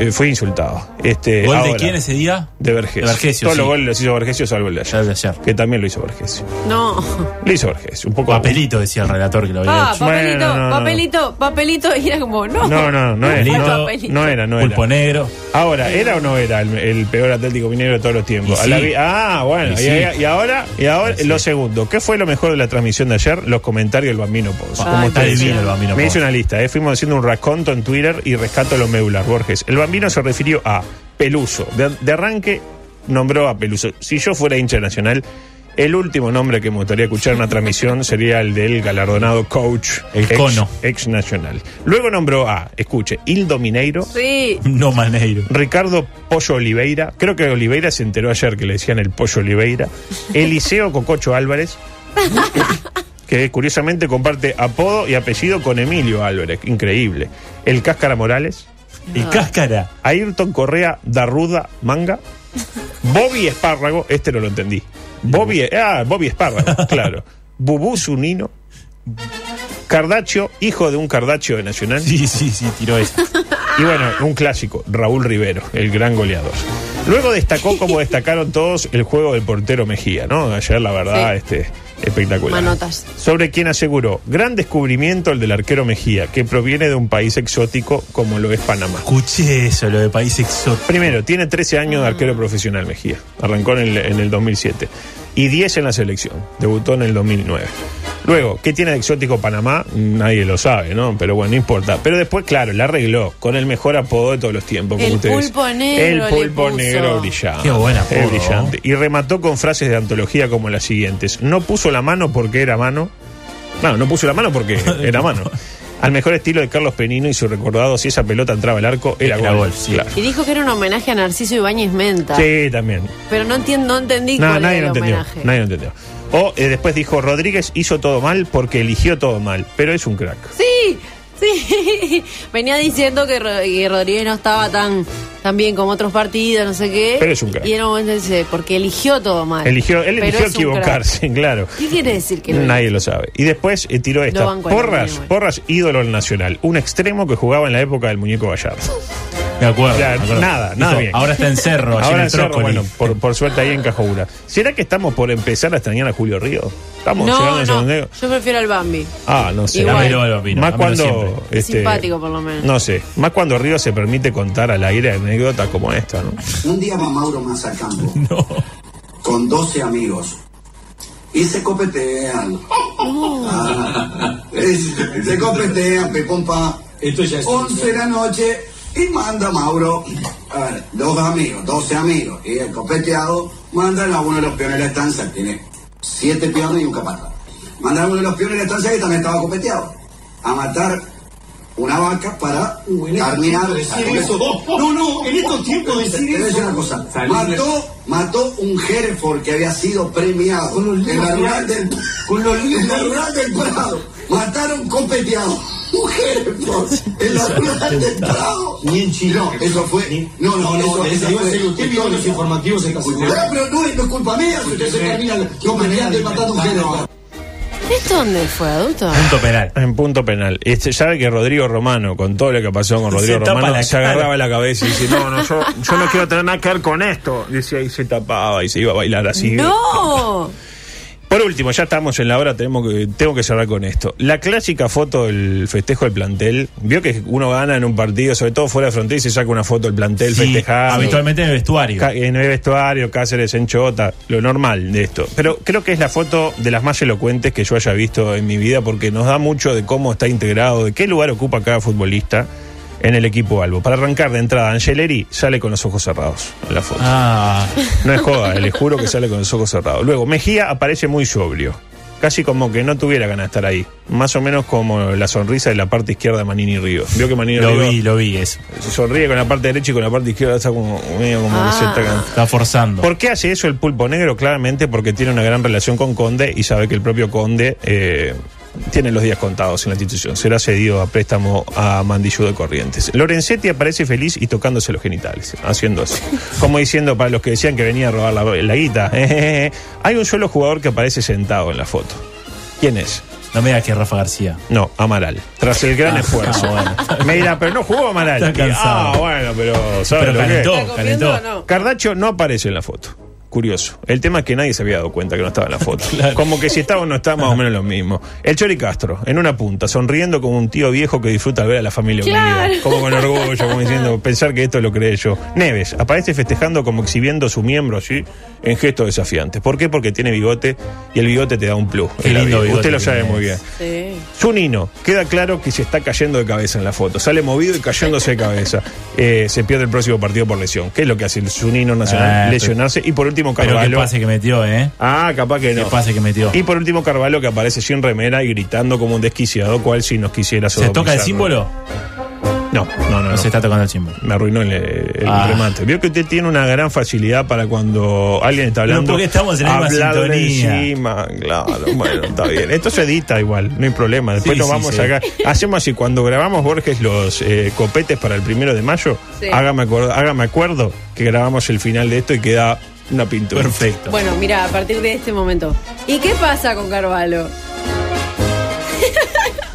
[SPEAKER 1] Eh, fui insultado. Este,
[SPEAKER 2] ¿Gol
[SPEAKER 1] ahora,
[SPEAKER 2] de quién ese día?
[SPEAKER 1] De Vergesio.
[SPEAKER 2] De Vergesio,
[SPEAKER 1] Todos los
[SPEAKER 2] sí.
[SPEAKER 1] goles los hizo Vergesio, salvo el de ayer.
[SPEAKER 2] Ya de ayer.
[SPEAKER 1] Que también lo hizo Vergesio.
[SPEAKER 3] No.
[SPEAKER 1] Lo hizo Vergesio. Un poco.
[SPEAKER 2] Papelito, decía el relator que lo había
[SPEAKER 3] Ah,
[SPEAKER 2] hecho.
[SPEAKER 3] papelito,
[SPEAKER 1] Bueno, no, no.
[SPEAKER 3] papelito, papelito. Y era como, no.
[SPEAKER 1] No, no, no era.
[SPEAKER 3] fue
[SPEAKER 1] No,
[SPEAKER 3] papelito.
[SPEAKER 1] no era, no era.
[SPEAKER 2] Pulpo negro.
[SPEAKER 1] Ahora, ¿era o no era el, el peor Atlético Minero de todos los tiempos?
[SPEAKER 2] Y
[SPEAKER 1] A la
[SPEAKER 2] sí.
[SPEAKER 1] vi- ah, bueno, y,
[SPEAKER 2] Y sí.
[SPEAKER 1] y ahora, y ahora
[SPEAKER 2] Y sí.
[SPEAKER 1] lo segundo. ¿Qué fue lo mejor de la transmisión de ayer? Los comentarios del Bambino Pons.
[SPEAKER 3] Ah,
[SPEAKER 1] Como
[SPEAKER 3] qué
[SPEAKER 2] está
[SPEAKER 1] ustedes
[SPEAKER 2] divino
[SPEAKER 1] decían.
[SPEAKER 2] el Bambino
[SPEAKER 1] Me
[SPEAKER 2] Pons.
[SPEAKER 1] hice una lista, eh. fuimos haciendo un raconto en Twitter y rescato los medulas, Borges. El Bambino se refirió a Peluso. De, de arranque nombró a Peluso. Si yo fuera hincha de nacional, el último nombre que me gustaría escuchar en una transmisión sería el del galardonado coach.
[SPEAKER 2] El
[SPEAKER 1] ex-
[SPEAKER 2] Cono.
[SPEAKER 1] Ex nacional. Luego nombró a, escuche, Hildo Mineiro.
[SPEAKER 3] Sí.
[SPEAKER 2] No Maneiro.
[SPEAKER 1] Ricardo Pollo Oliveira, creo que Oliveira se enteró ayer que le decían el Pollo Oliveira, Eliseo Cococho Álvarez, [coughs] que curiosamente comparte apodo y apellido con Emilio Álvarez, increíble, el Cáscara Morales,
[SPEAKER 3] Ah.
[SPEAKER 2] El cáscara.
[SPEAKER 1] Ayrton Correa Darruda Manga, Bobby Espárrago, este no lo entendí, Bobby, ah, Bobby Espárrago, claro, Bubú Zunino, Cardacho, hijo de un Cardacho de Nacional,
[SPEAKER 2] Sí, sí, sí, tiró
[SPEAKER 3] [laughs]
[SPEAKER 2] esa.
[SPEAKER 1] y bueno, un clásico, Raúl Rivero, el gran goleador. Luego destacó, como destacaron todos, el juego del portero Mejía, ¿no? Ayer, la verdad,
[SPEAKER 3] Sí.
[SPEAKER 1] este, espectacular.
[SPEAKER 3] Manotas.
[SPEAKER 1] Sobre quien aseguró, gran descubrimiento el del arquero Mejía, que proviene de un país exótico como lo es Panamá.
[SPEAKER 2] Escuché eso, lo de país exótico.
[SPEAKER 1] Primero, tiene 13 años de arquero profesional Mejía. Arrancó en el, en el 2007. Y 10 en la selección. Debutó en el 2009. Luego, ¿qué tiene de exótico Panamá? Nadie lo sabe, ¿no? Pero bueno, no importa. Pero después, claro, la arregló con el mejor apodo de todos los tiempos. Como
[SPEAKER 3] El
[SPEAKER 1] ustedes.
[SPEAKER 3] pulpo negro
[SPEAKER 1] El
[SPEAKER 3] le
[SPEAKER 1] pulpo
[SPEAKER 3] puso.
[SPEAKER 1] negro brillante.
[SPEAKER 2] Qué buen apodo.
[SPEAKER 1] Es brillante. Y remató con frases de antología como las siguientes. No puso la mano porque era mano. No, no puso la mano porque era mano.
[SPEAKER 2] [laughs]
[SPEAKER 1] Al mejor estilo de Carlos Penino y su recordado, si esa pelota entraba al arco, era,
[SPEAKER 2] Era
[SPEAKER 1] gol.
[SPEAKER 2] gol, sí.
[SPEAKER 1] Claro.
[SPEAKER 3] Y dijo que era un homenaje a Narciso Ibáñez Menta.
[SPEAKER 1] Sí, también.
[SPEAKER 3] Pero no, entiendo, no entendí
[SPEAKER 1] No,
[SPEAKER 3] cuál
[SPEAKER 1] nadie
[SPEAKER 3] era
[SPEAKER 1] lo
[SPEAKER 3] el
[SPEAKER 1] entendió.
[SPEAKER 3] homenaje.
[SPEAKER 1] Nadie lo entendió. O eh, después dijo, Rodríguez hizo todo mal porque eligió todo mal, pero es un crack.
[SPEAKER 3] Sí, sí. [laughs] Venía diciendo que, Ro- que Rodríguez no estaba tan, tan bien como otros partidos, no sé qué.
[SPEAKER 1] Pero es un crack.
[SPEAKER 3] Y en un momento dice, porque eligió todo mal.
[SPEAKER 1] Eligió, él
[SPEAKER 3] Pero
[SPEAKER 1] eligió
[SPEAKER 3] es un crack.
[SPEAKER 1] equivocarse, [laughs] claro.
[SPEAKER 3] ¿Qué quiere decir que no?
[SPEAKER 1] Nadie lo sabe. Y después eh, tiró esta.
[SPEAKER 3] banco al
[SPEAKER 1] Porras,
[SPEAKER 3] Muñoz.
[SPEAKER 1] Porras, ídolo al nacional. Un extremo que jugaba en la época del muñeco Gallardo.
[SPEAKER 2] De acuerdo.
[SPEAKER 1] Ya,
[SPEAKER 2] de acuerdo.
[SPEAKER 1] nada, nada
[SPEAKER 2] Listo,
[SPEAKER 1] bien.
[SPEAKER 2] Ahora está en cerro, allí en
[SPEAKER 1] Ahora
[SPEAKER 2] el
[SPEAKER 1] cerro,
[SPEAKER 2] trócoli.
[SPEAKER 1] bueno, por, por suerte ahí en Cajobura. ¿Será que estamos por empezar a extrañar a Julio Río? Estamos llegando
[SPEAKER 3] No,
[SPEAKER 1] al
[SPEAKER 3] no,
[SPEAKER 1] segundeo.
[SPEAKER 3] yo prefiero al Bambi.
[SPEAKER 1] Ah, no sé.
[SPEAKER 3] Igual. Dámelo,
[SPEAKER 2] Balbino,
[SPEAKER 1] Más cuando.
[SPEAKER 2] dámelo
[SPEAKER 1] este,
[SPEAKER 2] siempre.
[SPEAKER 3] Es simpático, por lo menos.
[SPEAKER 1] No sé. Más cuando Río se permite contar al aire anécdotas como esta, ¿no?
[SPEAKER 8] Un día va Mauro más al campo
[SPEAKER 2] No.
[SPEAKER 8] con 12 amigos y se copetean. Ah, es- se copetean, pepompa.
[SPEAKER 9] Esto ya es-
[SPEAKER 8] 11 de la noche y manda Mauro, a ver, dos amigos, 12 amigos y el copeteado manda a uno de los peones de la estancia, tiene siete peones y un capataz. Manda a uno de los peones de la estancia que también estaba copeteado a matar una vaca para carnear.
[SPEAKER 9] Decir eso. No, no, en estos tiempos decir
[SPEAKER 8] Te voy a decir una
[SPEAKER 9] eso.
[SPEAKER 8] cosa. Mató, mató un Hereford que había sido premiado en la rural del, en la rural del Prado. Mataron copeteado. Un Hereford en la rural del Prado.
[SPEAKER 9] Ni en Chile.
[SPEAKER 8] No, eso fue. No, no,
[SPEAKER 9] no,
[SPEAKER 8] eso,
[SPEAKER 9] de-
[SPEAKER 8] eso
[SPEAKER 9] de-
[SPEAKER 8] fue.
[SPEAKER 9] de- usted vio los informativos esta
[SPEAKER 8] Ah,
[SPEAKER 9] semana.
[SPEAKER 8] pero no, es- no es culpa mía si usted se termina comediante matando un Hereford.
[SPEAKER 3] ¿Esto dónde fue, adulto?
[SPEAKER 2] Punto penal.
[SPEAKER 1] En punto penal. Este, sabe que Rodrigo Romano, con todo lo que pasó con Rodrigo
[SPEAKER 2] tapa
[SPEAKER 1] Romano,
[SPEAKER 2] la
[SPEAKER 1] se
[SPEAKER 2] cara.
[SPEAKER 1] agarraba la cabeza y dice, no, no, yo, yo no quiero tener nada que ver con esto. Decía, y se tapaba y se iba a bailar así.
[SPEAKER 3] ¡No!
[SPEAKER 1] Por último, ya estamos en la hora, tenemos que, tengo que cerrar con esto. La clásica foto del festejo del plantel, vio que uno gana en un partido, sobre todo fuera de frontera, y se saca una foto del plantel
[SPEAKER 2] Sí,
[SPEAKER 1] festejando.
[SPEAKER 2] habitualmente en el vestuario.
[SPEAKER 1] Ca- En el vestuario, Cáceres en Chota, lo normal de esto. Pero creo que es la foto de las más elocuentes que yo haya visto en mi vida porque nos da mucho de cómo está integrado, de qué lugar ocupa cada futbolista en el equipo Albo. Para arrancar de entrada, Angeleri sale con los ojos cerrados en la foto.
[SPEAKER 2] Ah,
[SPEAKER 1] No es joda, les juro que sale con los ojos cerrados. Luego, Mejía aparece muy sobrio. Casi como que no tuviera ganas de estar ahí. Más o menos como la sonrisa de la parte izquierda de Manini Río. Vio que Manini
[SPEAKER 2] lo
[SPEAKER 1] Río
[SPEAKER 2] vi, lo vi eso.
[SPEAKER 1] sonríe con la parte derecha y con la parte izquierda está como medio como que se
[SPEAKER 3] Ah.
[SPEAKER 1] está-
[SPEAKER 2] Está forzando.
[SPEAKER 1] ¿Por qué hace eso el pulpo negro? Claramente porque tiene una gran relación con Conde y sabe que el propio Conde eh, tiene los días contados en la institución. Será cedido a préstamo a Mandillú de Corrientes. Lorenzetti aparece feliz y tocándose los genitales, haciendo así. Como diciendo para los que decían que venía a robar la, la guita. [laughs] eh, Hay un solo jugador que aparece sentado en la foto. ¿Quién es?
[SPEAKER 2] No me digas que es Rafa García.
[SPEAKER 1] No, Amaral. Tras el gran
[SPEAKER 2] Ah,
[SPEAKER 1] esfuerzo.
[SPEAKER 2] ah, bueno.
[SPEAKER 1] Me dirá, pero no jugó Amaral.
[SPEAKER 2] Está cansado.
[SPEAKER 1] Ah, bueno, pero. ¿sabes lo
[SPEAKER 2] Pero
[SPEAKER 1] que es?
[SPEAKER 2] calentó,
[SPEAKER 3] ¿Está comiendo
[SPEAKER 2] calentó.
[SPEAKER 3] o no?
[SPEAKER 1] Cardacho no aparece en la foto. Curioso. El tema es que nadie se había dado cuenta que no estaba en la
[SPEAKER 2] [laughs]
[SPEAKER 1] foto. Como que si estaba o no estaba, más o menos lo mismo. El Chori Castro, en una punta, sonriendo como un tío viejo que disfruta al ver a la familia
[SPEAKER 3] Claro.
[SPEAKER 1] unida. Como con orgullo, como diciendo, pensar que esto lo creé yo. Neves, aparece festejando como exhibiendo su miembro, ¿sí? En gestos desafiantes. ¿Por qué? Porque tiene bigote y el bigote te da un plus.
[SPEAKER 2] Qué
[SPEAKER 1] en la
[SPEAKER 2] lindo
[SPEAKER 1] vida.
[SPEAKER 2] bigote
[SPEAKER 1] Usted lo
[SPEAKER 2] que
[SPEAKER 1] sabe
[SPEAKER 2] tiene
[SPEAKER 1] muy
[SPEAKER 2] Neves.
[SPEAKER 1] bien.
[SPEAKER 3] Sí.
[SPEAKER 1] Zunino, queda claro que se está cayendo de cabeza en la foto. Sale movido y cayéndose de cabeza. Eh, se pierde el próximo partido por lesión. ¿Qué es lo que hace el Zunino Nacional?
[SPEAKER 2] Ah,
[SPEAKER 1] Lesionarse. Y por último,
[SPEAKER 2] Pero qué
[SPEAKER 1] Carvalho.
[SPEAKER 2] pase que metió, ¿eh?
[SPEAKER 1] Ah, capaz que
[SPEAKER 2] Qué
[SPEAKER 1] no.
[SPEAKER 2] pase que metió.
[SPEAKER 1] Y por último, Carvalho que aparece sin remera y gritando como un desquiciado, cual si nos quisiera
[SPEAKER 2] ¿Se toca el
[SPEAKER 1] sodomizar,
[SPEAKER 2] símbolo?
[SPEAKER 1] No, no, no. no,
[SPEAKER 2] No, se está tocando el símbolo.
[SPEAKER 1] Me arruinó el, el
[SPEAKER 2] Ah.
[SPEAKER 1] remate. Vio que usted tiene una gran facilidad para cuando alguien está
[SPEAKER 2] Pero
[SPEAKER 1] hablando.
[SPEAKER 2] porque estamos en la misma
[SPEAKER 1] hablarle
[SPEAKER 2] sintonía.
[SPEAKER 1] encima, claro. Bueno, está bien. Esto se edita igual, no hay problema. Después
[SPEAKER 2] Sí,
[SPEAKER 1] lo
[SPEAKER 2] sí,
[SPEAKER 1] vamos
[SPEAKER 2] sí.
[SPEAKER 1] acá. Hacemos así, cuando grabamos Borges los eh, copetes para el primero de mayo,
[SPEAKER 3] Sí.
[SPEAKER 1] hágame, acuerdo, hágame acuerdo que grabamos el final de esto y queda una pintura.
[SPEAKER 2] Perfecto.
[SPEAKER 3] Bueno, mira, a partir de este momento. ¿Y qué pasa con Carvalho?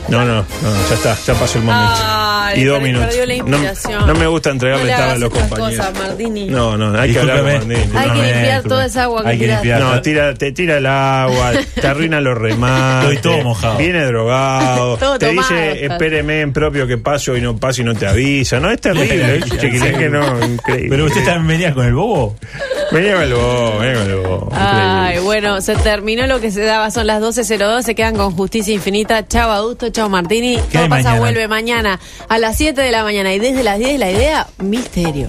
[SPEAKER 1] No, no, no, ya está, ya pasó el momento.
[SPEAKER 3] Ay,
[SPEAKER 1] y dos
[SPEAKER 3] per-
[SPEAKER 1] minutos.
[SPEAKER 3] perdió la
[SPEAKER 1] No,
[SPEAKER 3] inspiración.
[SPEAKER 1] no me gusta entregarle
[SPEAKER 3] No le
[SPEAKER 1] tabla a
[SPEAKER 3] hagas
[SPEAKER 1] los
[SPEAKER 3] esas
[SPEAKER 1] compañeros.
[SPEAKER 3] cosas, Martini.
[SPEAKER 1] No, no, hay que hablar con
[SPEAKER 2] Discúlpeme,
[SPEAKER 1] Martini.
[SPEAKER 3] Hay que
[SPEAKER 2] discúlpeme,
[SPEAKER 3] limpiar
[SPEAKER 2] discúlpeme.
[SPEAKER 3] toda esa agua que
[SPEAKER 2] Hay que
[SPEAKER 3] tiraste.
[SPEAKER 2] limpiar.
[SPEAKER 1] No, tira, te tira el
[SPEAKER 2] [laughs]
[SPEAKER 1] agua, te arruina los remates.
[SPEAKER 2] Estoy todo mojado.
[SPEAKER 1] Viene drogado.
[SPEAKER 3] [laughs] Todo
[SPEAKER 1] te
[SPEAKER 3] tomado
[SPEAKER 1] dice,
[SPEAKER 3] estás.
[SPEAKER 1] espéreme en propio que paso y no paso y no te avisa. No, es terrible.
[SPEAKER 2] Sí,
[SPEAKER 1] ¿eh? Chiquilín
[SPEAKER 2] sí.
[SPEAKER 1] que no, increíble.
[SPEAKER 2] Pero usted está en venía con el bobo.
[SPEAKER 1] Vení con el bobo, vení con el bobo.
[SPEAKER 3] Ay,
[SPEAKER 1] Increíble.
[SPEAKER 3] bueno, se terminó lo que se daba, son las 12.02, se quedan con Justicia Infinita. Chao Adusto, chao Martini. Todo pasa,
[SPEAKER 2] hay mañana?
[SPEAKER 3] vuelve mañana a las 7 de la mañana y desde las 10 la idea, misterio.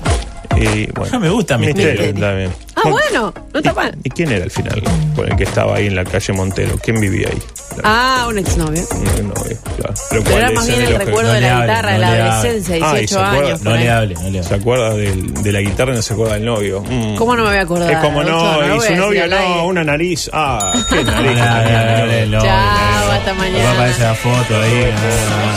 [SPEAKER 1] Y, bueno.
[SPEAKER 2] No me gusta Misterio.
[SPEAKER 1] también.
[SPEAKER 3] Ah, bueno, no está
[SPEAKER 1] ¿Y-
[SPEAKER 3] mal.
[SPEAKER 1] ¿Y quién era al final con el que estaba ahí en la calle Montero? ¿Quién vivía ahí?
[SPEAKER 3] Ah, un exnovio.
[SPEAKER 1] No, no, eh, claro. Pero,
[SPEAKER 3] Pero
[SPEAKER 1] ¿cuál
[SPEAKER 3] era
[SPEAKER 1] es?
[SPEAKER 3] más bien
[SPEAKER 1] Ese
[SPEAKER 3] el
[SPEAKER 1] de los que-
[SPEAKER 3] recuerdo
[SPEAKER 2] no
[SPEAKER 3] de
[SPEAKER 2] le
[SPEAKER 3] la
[SPEAKER 2] hable,
[SPEAKER 3] guitarra, de
[SPEAKER 2] no
[SPEAKER 3] la
[SPEAKER 2] le hable.
[SPEAKER 3] adolescencia,
[SPEAKER 1] Ah, y
[SPEAKER 3] 18
[SPEAKER 1] se acuerda-
[SPEAKER 3] años.
[SPEAKER 2] No
[SPEAKER 3] por ahí.
[SPEAKER 2] le hable, no le
[SPEAKER 1] ¿Se
[SPEAKER 2] hable.
[SPEAKER 1] acuerda del- de la guitarra y no se acuerda del novio? Mm.
[SPEAKER 3] ¿Cómo no me voy a acordar?
[SPEAKER 1] Es como no,
[SPEAKER 3] Adulto, lo
[SPEAKER 1] y
[SPEAKER 3] voy
[SPEAKER 1] su
[SPEAKER 3] a decir
[SPEAKER 1] novio
[SPEAKER 3] al
[SPEAKER 1] no,
[SPEAKER 3] aire.
[SPEAKER 1] una nariz. Ah, qué
[SPEAKER 2] No, no,
[SPEAKER 1] nariz.
[SPEAKER 2] no, no, no, no, no, no, no.
[SPEAKER 3] Chao, hasta
[SPEAKER 2] Después
[SPEAKER 3] mañana.
[SPEAKER 2] Aparece la foto ahí. no, no, no.